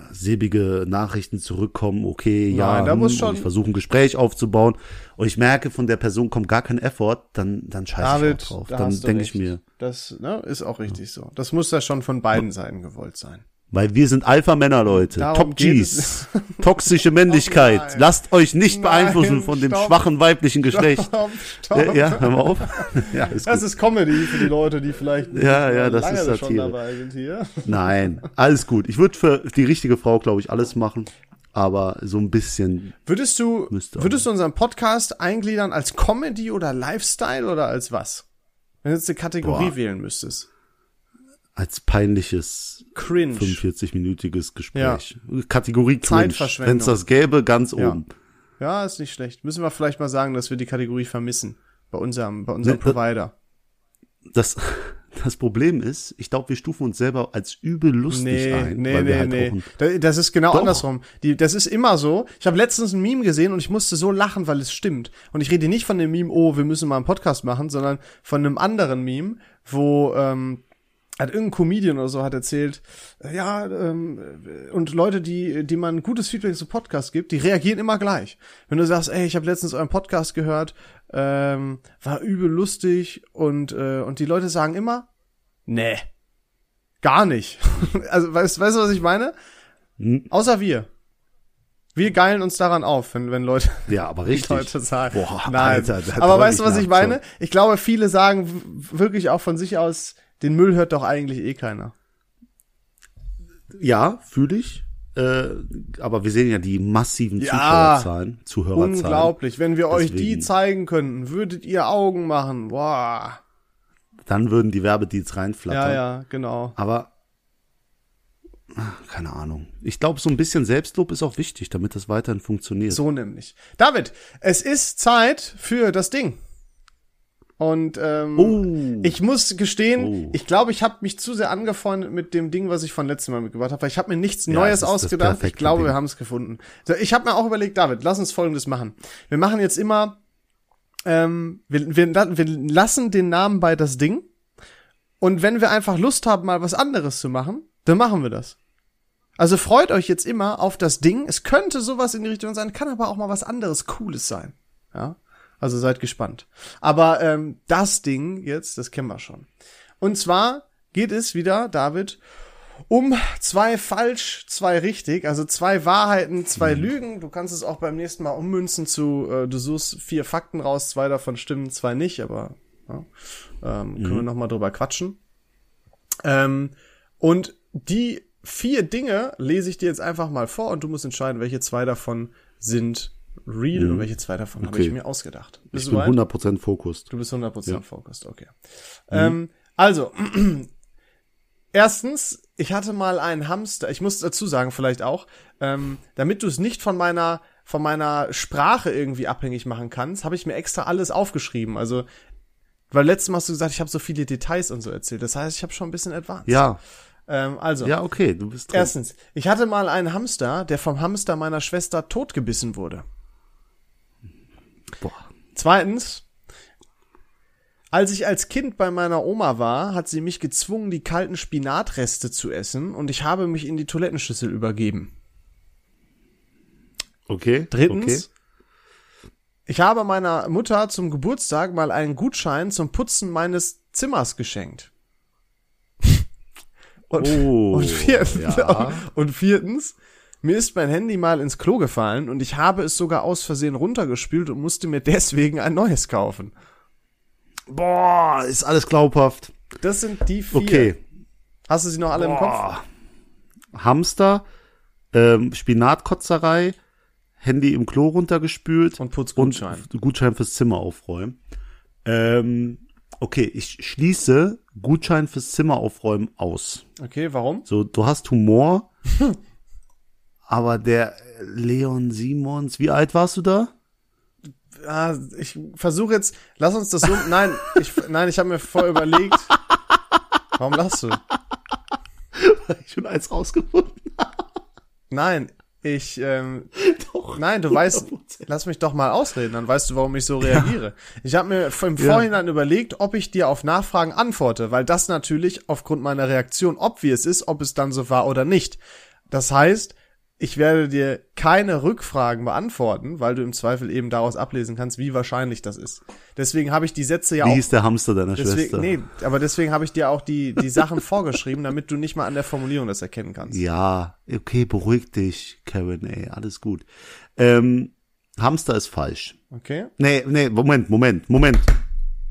einsilbige Nachrichten zurückkommen, okay, ja, Nein, da hm, muss und schon- ich versuche ein Gespräch aufzubauen und ich merke, von der Person kommt gar kein Effort, dann, dann scheiße David, ich auch drauf. da dann hast du denke recht. ich mir, Das ne, ist auch richtig so. Das muss ja schon von beiden Seiten gewollt sein. weil wir sind Alpha-Männer, Leute. Darum Top geht Gs. [LAUGHS] Toxische Männlichkeit. nein. Lasst euch nicht Nein, beeinflussen von dem stopp. schwachen weiblichen Geschlecht. [LAUGHS] Stopp, stopp. Ja, ja, hör mal auf. [LAUGHS] Ja, ist Das ist Comedy für die Leute, die vielleicht äh, Ja, ja, das lange ist schon Satire. dabei sind hier. Nein, alles gut. Ich würde für die richtige Frau, glaube ich, alles machen. Aber so ein bisschen. Würdest du, Müsste auch. würdest du unseren Podcast eingliedern als Comedy oder Lifestyle oder als was? Wenn du jetzt eine Kategorie Boah. wählen müsstest. als peinliches Cringe. 45-minütiges Gespräch. Kategorie Cringe. Zeitverschwendung. Wenn's das gäbe, ganz oben. Ja, ist nicht schlecht. Müssen wir vielleicht mal sagen, dass wir die Kategorie vermissen. Bei unserem, bei unserem Ne, da- Provider. Das, das Problem ist, ich glaube, wir stufen uns selber als übel lustig Nee, ein. nee, weil wir nee, halt auch nee. ein- Da- Das ist genau Doch. andersrum. Die, das ist immer so. Ich habe letztens ein Meme gesehen und ich musste so lachen, weil es stimmt. Und ich rede nicht von dem Meme, oh, wir müssen mal einen Podcast machen, sondern von einem anderen Meme, wo ähm, hat irgendein Comedian oder so hat erzählt, ja, ähm, und Leute, die, die man gutes Feedback zu Podcasts gibt, die reagieren immer gleich. Wenn du sagst, ey, ich habe letztens euren Podcast gehört, ähm, war übel lustig und, äh, und die Leute sagen immer, nee, gar nicht. [LAUGHS] also, weißt, weißt du, was ich meine? Außer wir. Wir geilen uns daran auf, wenn, wenn Leute [LAUGHS] Ja, aber richtig. Leute sagen. Boah, Nein. Alter. da Aber träum weißt du, was nachts ich meine? Ich glaube, viele sagen w- wirklich auch von sich aus, den Müll hört doch eigentlich eh keiner. schon. Ja, fühle ich. Äh, aber wir sehen ja die massiven Ja. Zuschauerzahlen, Zuhörerzahlen. Unglaublich. Wenn wir euch die Deswegen. zeigen könnten, würdet ihr Augen machen. Boah. Dann würden die Werbedeals reinflattern. Ja, ja, genau. Aber ach, keine Ahnung. Ich glaube, so ein bisschen Selbstlob ist auch wichtig, damit das weiterhin funktioniert. So nämlich. David, es ist Zeit für das Ding. Und ähm, Oh. ich muss gestehen, Oh. ich glaube, ich habe mich zu sehr angefreundet mit dem Ding, was ich von letztem Mal mitgebracht habe, weil ich habe mir nichts es ist Neues das ausgedacht. Ich perfekte glaube, Ding. wir haben es gefunden. So, ich habe mir auch überlegt, David, lass uns Folgendes machen. Wir machen jetzt immer, ähm, wir, wir, la- wir lassen den Namen bei das Ding. Und wenn wir einfach Lust haben, mal was anderes zu machen, dann machen wir das. Also freut euch jetzt immer auf das Ding. Es könnte sowas in die Richtung sein, kann aber auch mal was anderes Cooles sein. Ja, also seid gespannt. Aber ähm, das Ding jetzt, das kennen wir schon. Und zwar geht es wieder, David, um zwei falsch, zwei richtig, also zwei Wahrheiten, Mhm. zwei Lügen. Du kannst es auch beim nächsten Mal ummünzen zu, äh, du suchst vier Fakten raus, zwei davon stimmen, zwei nicht, aber ja, ähm, können wir Mhm. noch mal drüber quatschen. Ähm, und die vier Dinge lese ich dir jetzt einfach mal vor und du musst entscheiden, welche zwei davon sind real und welche zwei davon habe Mhm. Okay. ich mir ausgedacht. ich Bist du bin bereit? 100% Fokus. Du bist 100% focused, okay. Mhm. Ähm, also, [CLEARS THROAT] erstens, ich hatte mal einen Hamster, ich muss dazu sagen vielleicht auch, ähm, damit du es nicht von meiner von meiner Sprache irgendwie abhängig machen kannst, habe ich mir extra alles aufgeschrieben. Also, weil letztes Mal hast du gesagt, ich habe so viele Details und so erzählt. Das heißt, ich habe schon ein bisschen advanced. Ja, Ähm, also, ja, okay, du bist drin. erstens, ich hatte mal einen Hamster, der vom Hamster meiner Schwester totgebissen wurde. Boah. Zweitens, als ich als Kind bei meiner Oma war, hat sie mich gezwungen, die kalten Spinatreste zu essen und ich habe mich in die Toilettenschüssel übergeben. Okay. Drittens, ich habe meiner Mutter zum Geburtstag mal einen Gutschein zum Putzen meines Zimmers geschenkt. [LAUGHS] Und, Oh, und, viertens, ja. [LAUGHS] und viertens, mir ist mein Handy mal ins Klo gefallen und ich habe es sogar aus Versehen runtergespült und musste mir deswegen ein neues kaufen. Okay. Boah, ist alles glaubhaft. Das sind die vier. Okay. Hast du sie noch alle im Kopf? Boah. Hamster, ähm, Spinatkotzerei, Handy im Klo runtergespült Und Putzgutschein. und Gutschein fürs Zimmer aufräumen. Ähm, okay, ich schließe Gutschein fürs Zimmer aufräumen aus. Okay, warum? So, du hast [LAUGHS] Humor, aber der Leon Simons, wie alt warst du da? Ah, ich versuche jetzt, lass uns das [LAUGHS] so. Nein, ich, nein, ich habe mir vorher [LAUGHS] überlegt. Warum lachst du? Hab ich schon eins rausgefunden. Nein, ich, ähm, Doch. [LAUGHS] nein, du weißt, 100%. lass mich doch mal ausreden, dann weißt du, warum ich so reagiere. Ich habe mir im Vorhinein überlegt, ob ich dir auf Nachfragen antworte, weil das natürlich aufgrund meiner Reaktion obvious ist, ob es dann so war oder nicht. Das heißt, ich werde dir keine Rückfragen beantworten, weil du im Zweifel eben daraus ablesen kannst, wie wahrscheinlich das ist. Deswegen habe ich die Sätze ja Wie auch hieß der Hamster deiner Schwester? Deswegen, nee, aber deswegen habe ich dir auch die, die Sachen vorgeschrieben, damit du nicht mal an der Formulierung das erkennen kannst. Ja, okay, beruhig dich, Karen, ey, alles gut. Ähm, Hamster ist falsch. Okay? Nee, nee, Moment, Moment, Moment.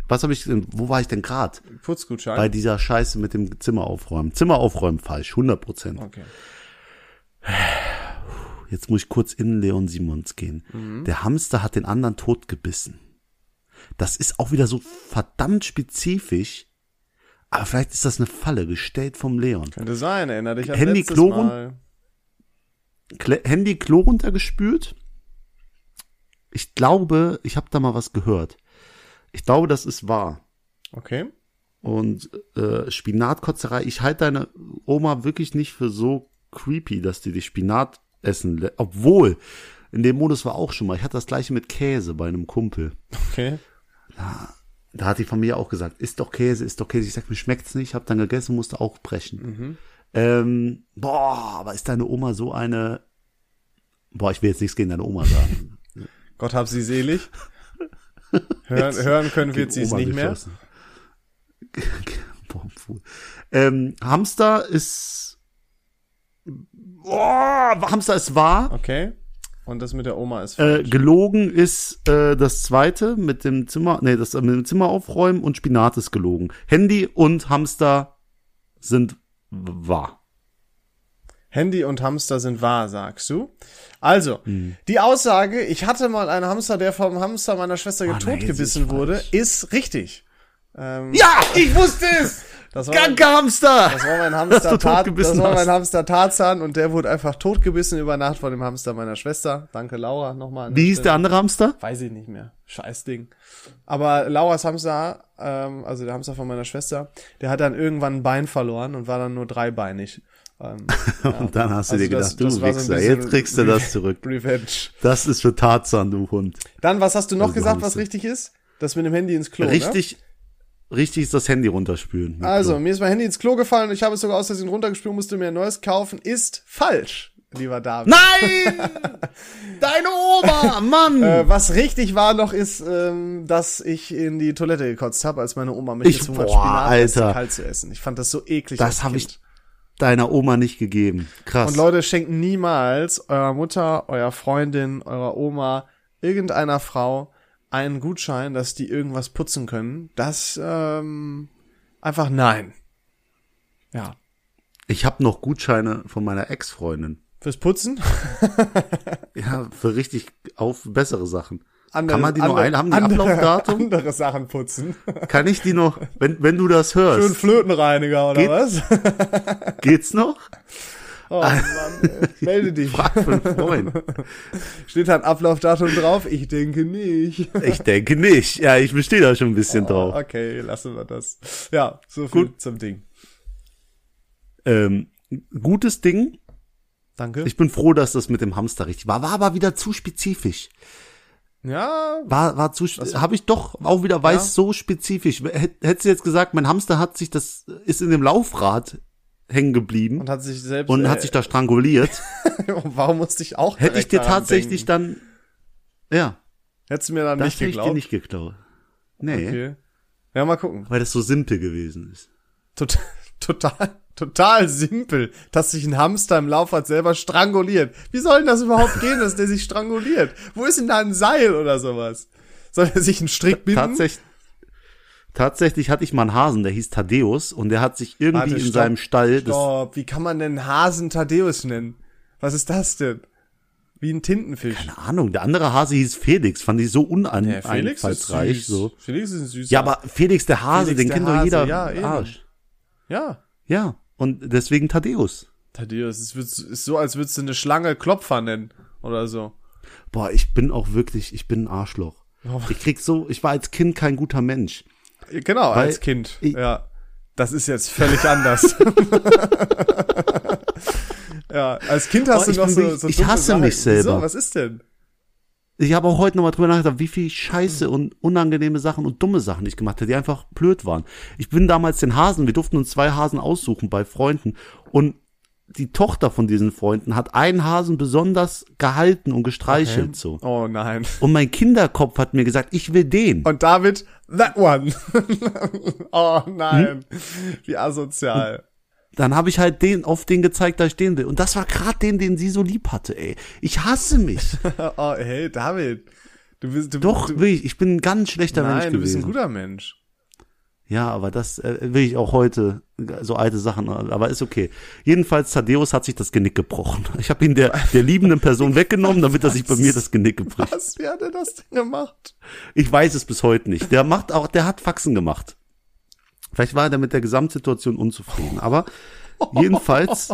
Was habe ich denn, wo war ich denn grad? Putzgutschein. Bei dieser Scheiße mit dem Zimmer aufräumen. Zimmer aufräumen falsch, 100 Prozent. okay. Jetzt muss ich kurz in Leon Simons gehen. Der Hamster hat den anderen tot gebissen. Das ist auch wieder so verdammt spezifisch. Aber vielleicht ist das eine Falle, gestellt vom Leon. Könnte sein, erinnere dich an Handy, letztes Klo run- Mal. Kle Handy Klo runtergespült. Ich glaube, ich habe da mal was gehört. Ich glaube, das ist wahr. Okay. Und äh, Spinatkotzerei, ich halte deine Oma wirklich nicht für so creepy, dass die dich Spinat essen lässt. Obwohl, in dem Modus war auch schon mal. Ich hatte das gleiche mit Käse bei einem Kumpel. Okay. Da hat die Familie auch gesagt, ist doch Käse, ist doch Käse. Ich sag, mir schmeckt's nicht, hab dann gegessen, musste auch Mhm. brechen. Ähm, boah, aber ist deine Oma so eine, boah, ich will jetzt nichts gegen deine Oma [LAUGHS] sagen. Gott hab [LAUGHS] sie selig. Hören, hören können wir jetzt sie es Oma nicht mehr. geschossen. [LAUGHS] boah, pfuh. ähm, Hamster ist, boah, Hamster ist wahr, Okay. Und das mit der Oma ist äh, gelogen ist äh, das zweite mit dem Zimmer, nee, das äh, mit dem Zimmer aufräumen und Spinat ist gelogen. Handy und Hamster sind wahr. Handy und Hamster sind wahr, sagst du? Also, Hm. die Aussage, ich hatte mal einen Hamster, der vom Hamster meiner Schwester Ah, nein, totgebissen das ist wurde, falsch. ist richtig. Ähm, Ja, ich wusste es! das war, mein, Gankerhamster! das war [LAUGHS] mein dass Hamster du Tat, das totgebissen war mein hast. Hamster Tarzan und der wurde einfach totgebissen über Nacht von dem Hamster meiner Schwester. Danke, Laura, nochmal. ne? an Wie der hieß Stelle. der andere Hamster? Weiß ich nicht mehr. Scheiß Ding. Aber Lauras Hamster, ähm, also der Hamster von meiner Schwester, der hat dann irgendwann ein Bein verloren und war dann nur dreibeinig. Ähm, Und dann [LAUGHS] hast du Also dir gedacht, das- das du war so ein Wichser, bisschen- jetzt kriegst du das zurück. Revenge. Das ist für Tarzan, du Hund. Dann, was hast du noch Also gesagt, Hamster. was richtig ist? Das mit dem Handy ins Klo. Richtig, richtig ist das Handy runterspülen. Ne? Also, mir ist mein Handy ins Klo gefallen und ich habe es sogar aus Versehen runtergespült und musste mir ein neues kaufen. Ist falsch, lieber David. [LAUGHS] Nein! Deine Oma, Mann! Äh, was richtig war noch ist, ähm, dass ich in die Toilette gekotzt habe, als meine Oma mich Ich- gezwungen boah, Spinatresten Alter. kalt zu essen. Ich fand das so eklig. Das als hab ich- Kind. Deiner Oma nicht gegeben. Krass. Und Leute, schenkt niemals eurer Mutter, eurer Freundin, eurer Oma, irgendeiner Frau einen Gutschein, dass die irgendwas putzen können. Das ähm, einfach nein. Ja. ich habe noch Gutscheine von meiner Ex-Freundin. Fürs Putzen? Ja, für richtig auf bessere Sachen. Andere- Kann man die noch andere- ein, haben die andere- Ablaufdatum? [LAUGHS] Andere Sachen putzen. Kann ich die noch, wenn, wenn du das hörst, Für einen Flötenreiniger oder Geht- was? geht's noch? Oh Mann, [LAUGHS] ey. melde dich. Frag für einen Freund. Steht da ein Ablaufdatum drauf? Ich [LAUGHS] denke nicht. Ich denke nicht. Ja, ich bestehe da schon ein bisschen drauf. Ah, [LAUGHS] Okay, lassen wir das. Ja, so viel zum Ding. Ähm, gutes Ding. Danke. Ich bin froh, dass das mit dem Hamster richtig war. War aber wieder zu spezifisch. ja, War, war zu, habe ich doch auch wieder weiß Ja. so spezifisch. Hätt- Hättest du jetzt gesagt, mein Hamster hat sich das, ist in dem Laufrad hängen geblieben und und, hat sich selbst äh, hat [LAUGHS] sich da stranguliert, Warum musste ich auch hätte ich direkt dir daran tatsächlich denken? dann, ja, Hättest du mir dann das nicht hätte ich dir geglaubt? nicht geglaubt. Nee, Okay. Ja, mal gucken. weil das so simpel gewesen ist. Total, [LAUGHS] total, total simpel, dass sich ein Hamster im Laufrad selber stranguliert. Wie soll denn das überhaupt gehen, dass der sich stranguliert? Wo ist denn da ein Seil oder sowas? Soll er sich einen Strick binden? Tatsächlich, tatsächlich hatte ich mal einen Hasen, der hieß Thaddeus und der hat sich irgendwie Warte, in stopp, seinem Stall, das, Stopp, wie kann man denn Hasen Thaddeus nennen? Was ist das denn? Wie ein Tintenfisch. keine Ahnung, der andere Hase hieß Felix, fand ich so Ja, uneinfallsreich, so. Felix ist ein süßer. Ja, aber Felix der Hase, Felix den der kennt Hase, doch jeder ja, eben. Arsch. ja. Ja, und deswegen Thaddeus. Thaddeus, es wird, ist so, als würdest du eine Schlange Klopfer nennen oder so. Boah, ich bin auch wirklich, ich bin ein Arschloch. Oh. Ich krieg so, ich war als Kind kein guter Mensch. Genau, Weil als Kind. ich- ja. Das ist jetzt völlig anders. [LAUGHS] ja, als Kind hast Oh, ich du noch bin so, wirklich- so ich dumme hasse Sachen. mich selber. Wieso? Was ist denn? Ich habe auch heute nochmal drüber nachgedacht, wie viel Scheiße und unangenehme Sachen und dumme Sachen ich gemacht habe, die einfach blöd waren. Ich bin damals den Hasen, wir durften uns zwei Hasen aussuchen bei Freunden und die Tochter von diesen Freunden hat einen Hasen besonders gehalten und gestreichelt so. Oh nein. Und mein Kinderkopf hat mir gesagt, ich will den. Und David, that one. [LAUGHS] oh nein. Hm? Wie asozial. dann habe ich halt den auf den gezeigt, da ich den will. Und das war gerade den, den sie so lieb hatte, ey. Ich hasse mich. [LAUGHS] oh, hey, David. Du bist, du, Doch, du, will ich. Ich bin ein ganz schlechter Mensch nein, du bist gewesen. ein guter Mensch. ja, aber das äh, will ich auch heute, äh, so alte Sachen, aber ist okay. Jedenfalls, Thaddeus hat sich das Genick gebrochen. Ich habe ihn der, der liebenden Person weggenommen, damit er sich bei mir das Genick gebricht. Was, wer hat denn das denn gemacht? Ich weiß es bis heute nicht. Der macht auch, der hat Faxen gemacht. Vielleicht war er mit der Gesamtsituation unzufrieden, aber jedenfalls,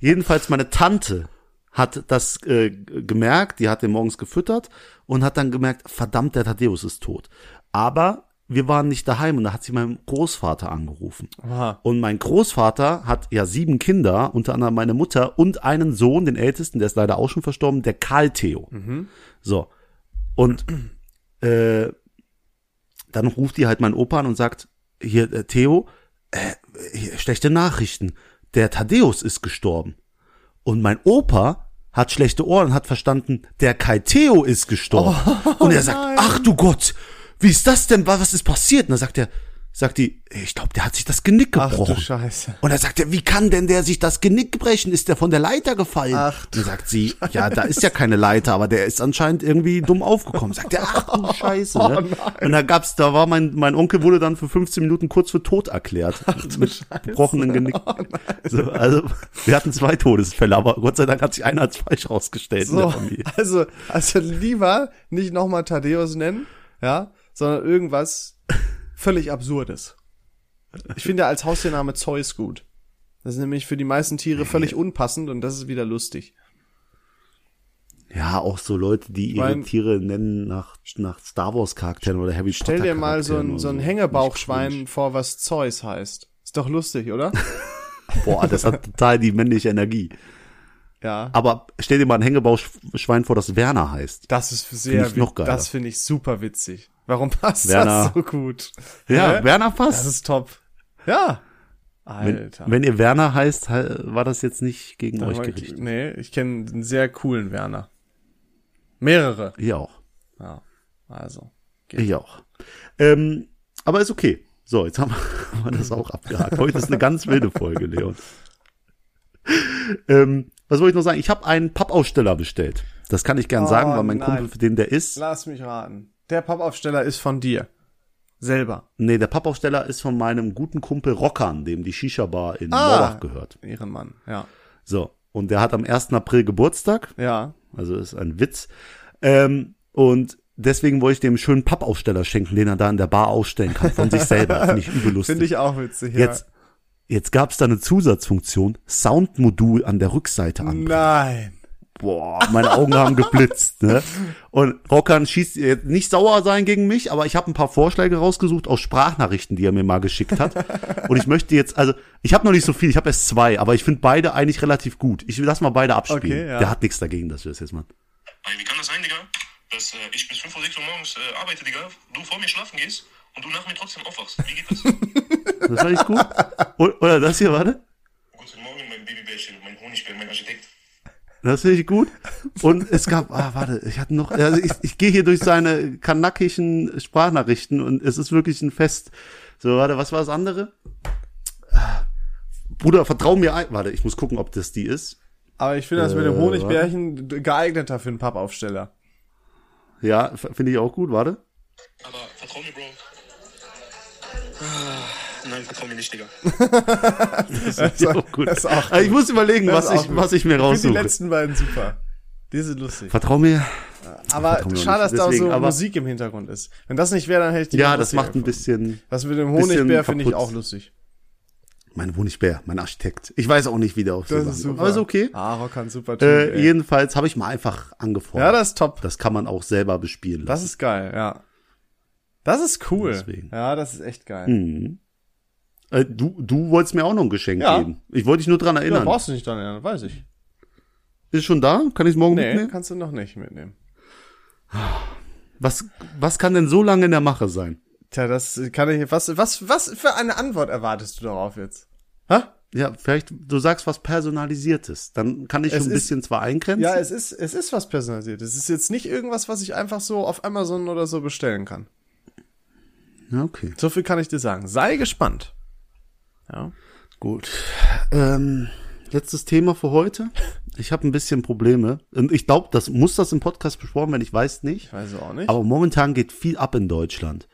jedenfalls meine Tante hat das äh, g- gemerkt, die hat den morgens gefüttert und hat dann gemerkt, verdammt, der Thaddeus ist tot. Aber wir waren nicht daheim und da hat sie meinen Großvater angerufen. Aha. Und mein Großvater hat ja sieben Kinder, unter anderem meine Mutter und einen Sohn, den ältesten, der ist leider auch schon verstorben, der Karl Theo. So. Und äh, dann ruft die halt meinen Opa an und sagt, hier, äh, Theo, äh, hier, schlechte Nachrichten. Der Thaddeus ist gestorben. Und mein Opa hat schlechte Ohren und hat verstanden, der Kai Theo ist gestorben. und er sagt, ach du Gott, wie ist das denn? Wa- Was ist passiert? Und dann sagt er, sagt die, ich glaube, der hat sich das Genick Ach gebrochen. du Scheiße. Und er sagte, wie kann denn der sich das Genick brechen? Ist der von der Leiter gefallen? Ach dann sagt [LAUGHS] sie, ja, da ist ja keine Leiter, aber der ist anscheinend irgendwie dumm aufgekommen. Sagt er, ach [LAUGHS] du Scheiße. Ne? und da gab's, da war mein, mein Onkel wurde dann für 15 Minuten kurz für tot erklärt. mit gebrochenen Genick. so, also, wir hatten zwei Todesfälle, aber Gott sei Dank hat sich einer als falsch rausgestellt in der So, Familie. also, also lieber nicht nochmal Thaddeus nennen, ja, sondern irgendwas völlig Absurdes. Ich finde als Haustiername Zeus gut. Das ist nämlich für die meisten Tiere völlig unpassend und das ist wieder lustig. Ja, auch so Leute, die ihre mein- Tiere nennen nach, nach Star Wars Charakteren oder Harry Potter. Stell dir mal so Charakteren ein, oder so ein Nicht Hängebauchschwein vor, was Zeus heißt. Ist doch lustig, [LAUGHS] oder? cringe. Boah, das [LAUGHS] hat total die männliche Energie. Ja. Aber stell dir mal ein Hängebauschwein vor, das Werner heißt. Das ist sehr ich noch wit- geiler. Das finde ich super witzig. Warum passt Werner. das so gut? Ja, Hä? Werner das passt. ist top. Ja. Wenn, Alter. wenn ihr Werner heißt, he- war das jetzt nicht gegen euch Aber ich- gerichtet. Nee, ich kenne einen sehr coolen Werner. Mehrere. Ich auch. Ja, also. Ich auch. Ähm, aber ist okay. So, jetzt haben wir- [LAUGHS] haben wir das auch abgehakt. Heute ist eine ganz wilde Folge, Leon. Ähm, was wollte ich noch sagen? Ich habe einen Pappaussteller bestellt. Das kann ich gern Oh, sagen, weil mein nein. Kumpel, für den der ist. Lass mich raten. Der Pappaufsteller ist von dir. Selber. Nee, der Pappaussteller ist von meinem guten Kumpel Rockern, dem die Shisha-Bar in Ah. Morbach gehört. Ehrenmann. Ja. So. Und der hat am 1. April Geburtstag. Ja. Also ist ein Witz. Ähm, und deswegen wollte ich dem schönen Pappaufsteller schenken, den er da in der Bar ausstellen kann von sich selber. [LAUGHS] Finde ich übel lustig. Finde ich auch witzig. Ja. jetzt jetzt gab es da eine Zusatzfunktion, Soundmodul an der Rückseite an. Nein. Boah, meine Augen haben geblitzt. Ne? Und Rockern schießt jetzt nicht sauer sein gegen mich, aber ich habe ein paar Vorschläge rausgesucht aus Sprachnachrichten, die er mir mal geschickt hat. Und ich möchte jetzt, also ich habe noch nicht so viel, ich habe erst zwei, aber ich finde beide eigentlich relativ gut. Ich lass mal beide abspielen. Okay, ja. Der hat nichts dagegen, dass wir das jetzt machen. Ey, wie kann das sein, Digga? Dass äh, ich bis 5 Uhr, 6 Uhr morgens äh, arbeite, Digga, du vor mir schlafen gehst und du nach mir trotzdem aufwachst. Wie geht das? Das fand ich gut. O- Oder das hier, warte. [LAUGHS] Guten Morgen, mein Babybärchen, mein Honigbär, mein Architekt. Das finde ich gut. Und es gab, ah, warte, ich hatte noch, also ich, ich gehe hier durch seine kanakischen Sprachnachrichten und es ist wirklich ein Fest. So, warte, was war das andere? Ah. Bruder, vertrau mir ein. Warte, ich muss gucken, ob das die ist. Aber ich finde das mit dem Äh, Honigbärchen d- geeigneter für einen Pappaufsteller. Ja, f- finde ich auch gut, warte. Aber vertrau mir, Bro. Ah, Nein, vertrau mir nicht, Digga. Das ist [LAUGHS] auch gut. das ist auch Ah, Ich muss überlegen, Das was ist auch ich, gut. was ich mir Ich finde die raussuche. letzten beiden super. Die sind lustig. Vertrau mir. Aber vertrauen wir noch schade, dass nicht. da Deswegen, so aber- Musik im Hintergrund ist. Wenn das nicht wäre, dann hätte ich die Ja, noch das lustiger macht ein gefunden. bisschen. Das mit dem bisschen Honigbär finde ich kaputt. auch lustig. Mein Honigbär, mein Architekt. Ich weiß auch nicht, wie der auf so Das Sachen ist kommt, super. Aber ist okay. Ah, Rockern, super Typ. Äh, ey. jedenfalls habe ich mal einfach angefordert. ja, das ist top. Das kann man auch selber bespielen Das lassen. ist geil, ja. Das ist cool. Deswegen. Ja, das ist echt geil. Äh, du, du wolltest mir auch noch ein Geschenk Ja. geben. Ich wollte dich nur dran Ja, erinnern. brauchst du nicht dann, ja, weiß ich. ist schon da? Kann ich es morgen Nee, mitnehmen? kannst du noch nicht mitnehmen. Was, was kann denn so lange in der Mache sein? Tja, das kann ich, was, was, was für eine Antwort erwartest du darauf jetzt? Hä? Ja, vielleicht, du sagst was Personalisiertes. Dann kann ich Es schon ein ist- bisschen zwar eingrenzen. Ja, es ist, es ist was personalisiert. Es ist jetzt nicht irgendwas, was ich einfach so auf Amazon oder so bestellen kann. Ja, okay. So viel kann ich dir sagen. Sei gespannt. Ja. Gut. Ähm, letztes Thema für heute. Ich habe ein bisschen Probleme. Und ich glaube, das muss das im Podcast besprochen werden. Ich weiß nicht. Ich weiß es auch nicht. Aber momentan geht viel ab in Deutschland.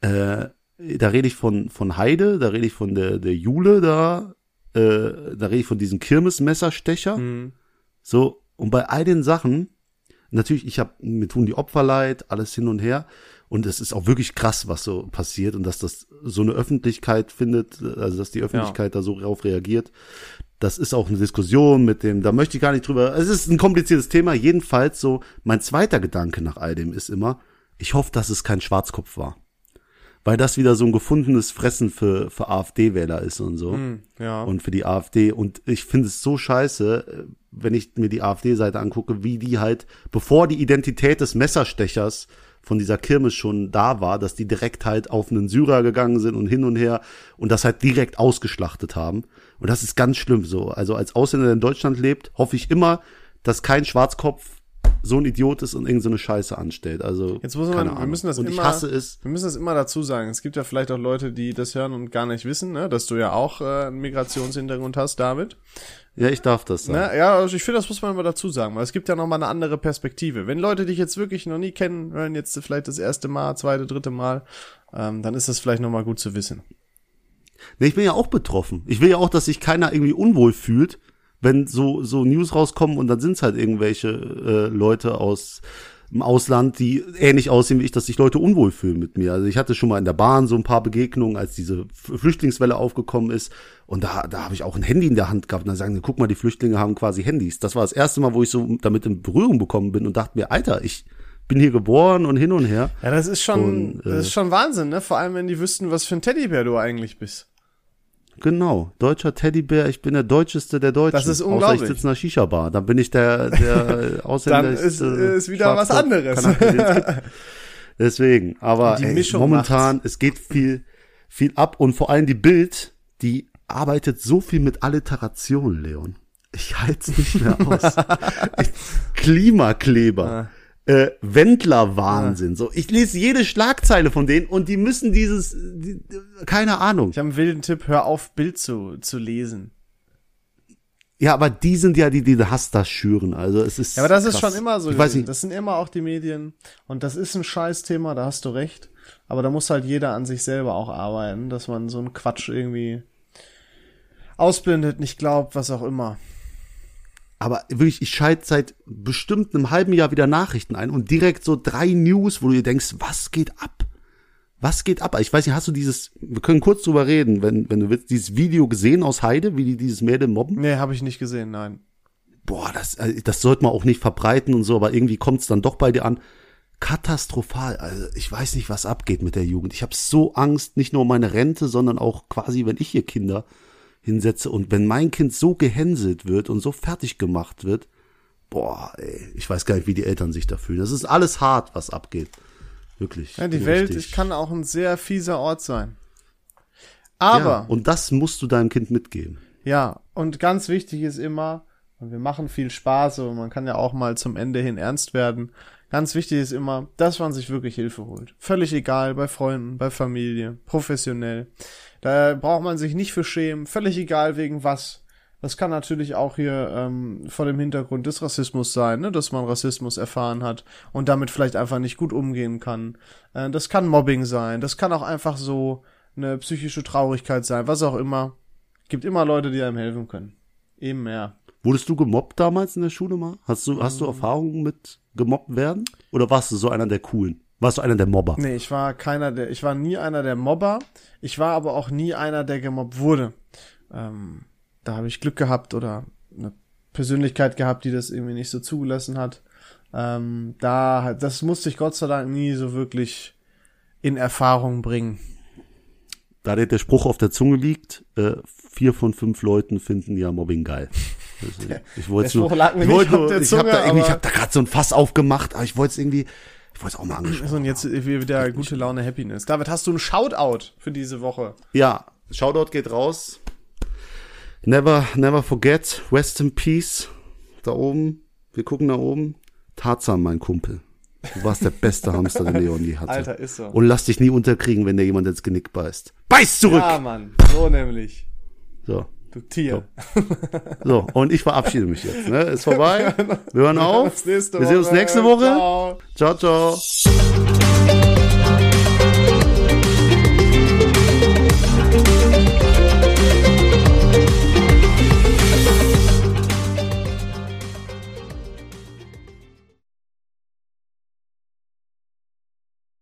Äh, da rede ich von, von Heide, da rede ich von der, der Jule da, äh, da rede ich von diesem Kirmesmesserstecher. So, und bei all den Sachen, natürlich, ich habe, mir tun die Opfer leid, alles hin und her. Und es ist auch wirklich krass, was so passiert und dass das so eine Öffentlichkeit findet, also dass die Öffentlichkeit da so drauf reagiert. Das ist auch eine Diskussion mit dem, da möchte ich gar nicht drüber. Es ist ein kompliziertes Thema. Jedenfalls so, mein zweiter Gedanke nach all dem ist immer, ich hoffe, dass es kein Schwarzkopf war. Weil das wieder so ein gefundenes Fressen für, für AfD-Wähler ist und so. ja. Und für die AfD. Und ich finde es so scheiße, äh, wenn ich mir die AfD-Seite angucke, wie die halt, bevor die Identität des Messerstechers von dieser Kirmes schon da war, dass die direkt halt auf einen Syrer gegangen sind und hin und her und das halt direkt ausgeschlachtet haben. Und das ist ganz schlimm so. Also als Ausländer, der in Deutschland lebt, hoffe ich immer, dass kein Schwarzkopf so ein Idiot ist und irgendeine so eine Scheiße anstellt. Also Jetzt muss man, keine wir Ahnung. müssen das und immer, ich hasse es. wir müssen das immer dazu sagen. Es gibt ja vielleicht auch Leute, die das hören und gar nicht wissen, ne? dass du ja auch äh, einen Migrationshintergrund hast, David. Ja, ich darf das sagen. Ne? Ja, also ich finde, das muss man immer dazu sagen, weil es gibt ja nochmal eine andere Perspektive. Wenn Leute dich jetzt wirklich noch nie kennen, hören jetzt vielleicht das erste Mal, zweite, dritte Mal, ähm, dann ist das vielleicht nochmal gut zu wissen. Nee, ich bin ja auch betroffen. Ich will ja auch, dass sich keiner irgendwie unwohl fühlt, wenn so, so News rauskommen und dann sind es halt irgendwelche äh, Leute aus im Ausland, die ähnlich aussehen wie ich, dass sich Leute unwohl fühlen mit mir. Also ich hatte schon mal in der Bahn so ein paar Begegnungen, als diese F- Flüchtlingswelle aufgekommen ist und da, da habe ich auch ein Handy in der Hand gehabt und dann sagen, sie, guck mal, die Flüchtlinge haben quasi Handys. Das war das erste Mal, wo ich so damit in Berührung bekommen bin und dachte mir, Alter, ich bin hier geboren und hin und her. Ja, das ist schon, Und, äh, das ist schon Wahnsinn, ne? Vor allem, wenn die wüssten, was für ein Teddybär du eigentlich bist. Genau, deutscher Teddybär, ich bin der deutscheste der Deutschen. Das ist Außer unglaublich. ich sitze in einer Shisha-Bar, dann bin ich der, [LAUGHS] der Ausländer. Dann ist- ist wieder was Schwarzkopf, anderes. Kanake, den es [LAUGHS] gibt. Deswegen, aber Die ey, Mischung momentan, es geht viel, viel ab und vor allem die Bild, die arbeitet so viel mit Alliteration, Leon. Ich halte es nicht mehr [LAUGHS] aus. ich, Klimakleber. Äh, Wendler-Wahnsinn. So, ich lese jede Schlagzeile von denen und die müssen dieses, die, keine Ahnung. Ich habe einen wilden Tipp, hör auf, Bild zu, zu lesen. Ja, aber die sind ja die, die den Hass da schüren. Also es ist. Ja, aber das ist krass. schon immer so. Ich weiß gewesen. nicht. Das sind immer auch die Medien. Und das ist ein Scheißthema, da hast du recht. Aber da muss halt jeder an sich selber auch arbeiten, dass man so einen Quatsch irgendwie ausblendet, nicht glaubt, was auch immer. Aber wirklich, ich schalte seit bestimmt einem halben Jahr wieder Nachrichten ein und direkt so drei News, wo du dir denkst, was geht ab? Was geht ab? Ich weiß nicht, hast du dieses, wir können kurz drüber reden, wenn, wenn du willst, dieses Video gesehen aus Heide, wie die dieses Mädel mobben? Nee, habe ich nicht gesehen, nein. Boah, das, äh, das sollte man auch nicht verbreiten und so, aber irgendwie kommt's dann doch bei dir an. Katastrophal. Also ich weiß nicht, was abgeht mit der Jugend. Ich habe so Angst, nicht nur um meine Rente, sondern auch quasi, wenn ich hier Kinder hinsetze und wenn mein Kind so gehänselt wird und so fertig gemacht wird, boah, ey, ich weiß gar nicht, wie die Eltern sich da fühlen. Das ist alles hart, was abgeht. Wirklich. Ja, die Bin Welt richtig- kann auch ein sehr fieser Ort sein. Ja, Aber und das musst du deinem Kind mitgeben. Ja, und ganz wichtig ist immer, und wir machen viel Spaß, aber man kann ja auch mal zum Ende hin ernst werden. Ganz wichtig ist immer, dass man sich wirklich Hilfe holt. Völlig egal, bei Freunden, bei Familie, professionell. Da braucht man sich nicht für schämen, völlig egal wegen was. Das kann natürlich auch hier ähm, vor dem Hintergrund des Rassismus sein, ne? dass man Rassismus erfahren hat und damit vielleicht einfach nicht gut umgehen kann. Äh, das kann Mobbing sein, das kann auch einfach so eine psychische Traurigkeit sein, was auch immer. Gibt immer Leute, die einem helfen können. Eben mehr. Wurdest du gemobbt damals in der Schule mal? Hast du, hast du Ähm. Erfahrungen mit gemobbt werden? Oder warst du so einer der coolen? Warst du einer der Mobber? Nee, ich war keiner der, ich war nie einer der Mobber. Ich war aber auch nie einer, der gemobbt wurde. Ähm, da habe ich Glück gehabt oder eine Persönlichkeit gehabt, die das irgendwie nicht so zugelassen hat. Ähm, da, hat- das musste ich Gott sei Dank nie so wirklich in Erfahrung bringen. Da dir der Spruch auf der Zunge liegt, äh, vier von fünf Leuten finden ja Mobbing geil. Also, ich wollte es der nur, Spruch lag mir ich nicht wollte auf nur- der ich habe Zunge, da irgendwie, ich aber- habe da gerade so ein Fass aufgemacht, aber ich wollte es irgendwie, ich wollte es auch mal angesprochen. So, Also, und jetzt wieder gute Laune, Happiness. David, hast du einen Shoutout für diese Woche? Ja, Shoutout geht raus. Never, never forget. Rest in peace. Da oben. Wir gucken nach oben. Tarzan, mein Kumpel. Du warst der beste Hamster, den Leon je hatte. Alter, ist so. Und lass dich nie unterkriegen, wenn dir jemand ins Genick beißt. Beiß zurück! Ah, Mann, so nämlich. So. Du Tier. So, und ich verabschiede mich jetzt. Ne? Ist [LAUGHS] vorbei. Wir hören auf. Bis nächste Wir sehen uns Woche. nächste Woche. Ciao. ciao. ciao.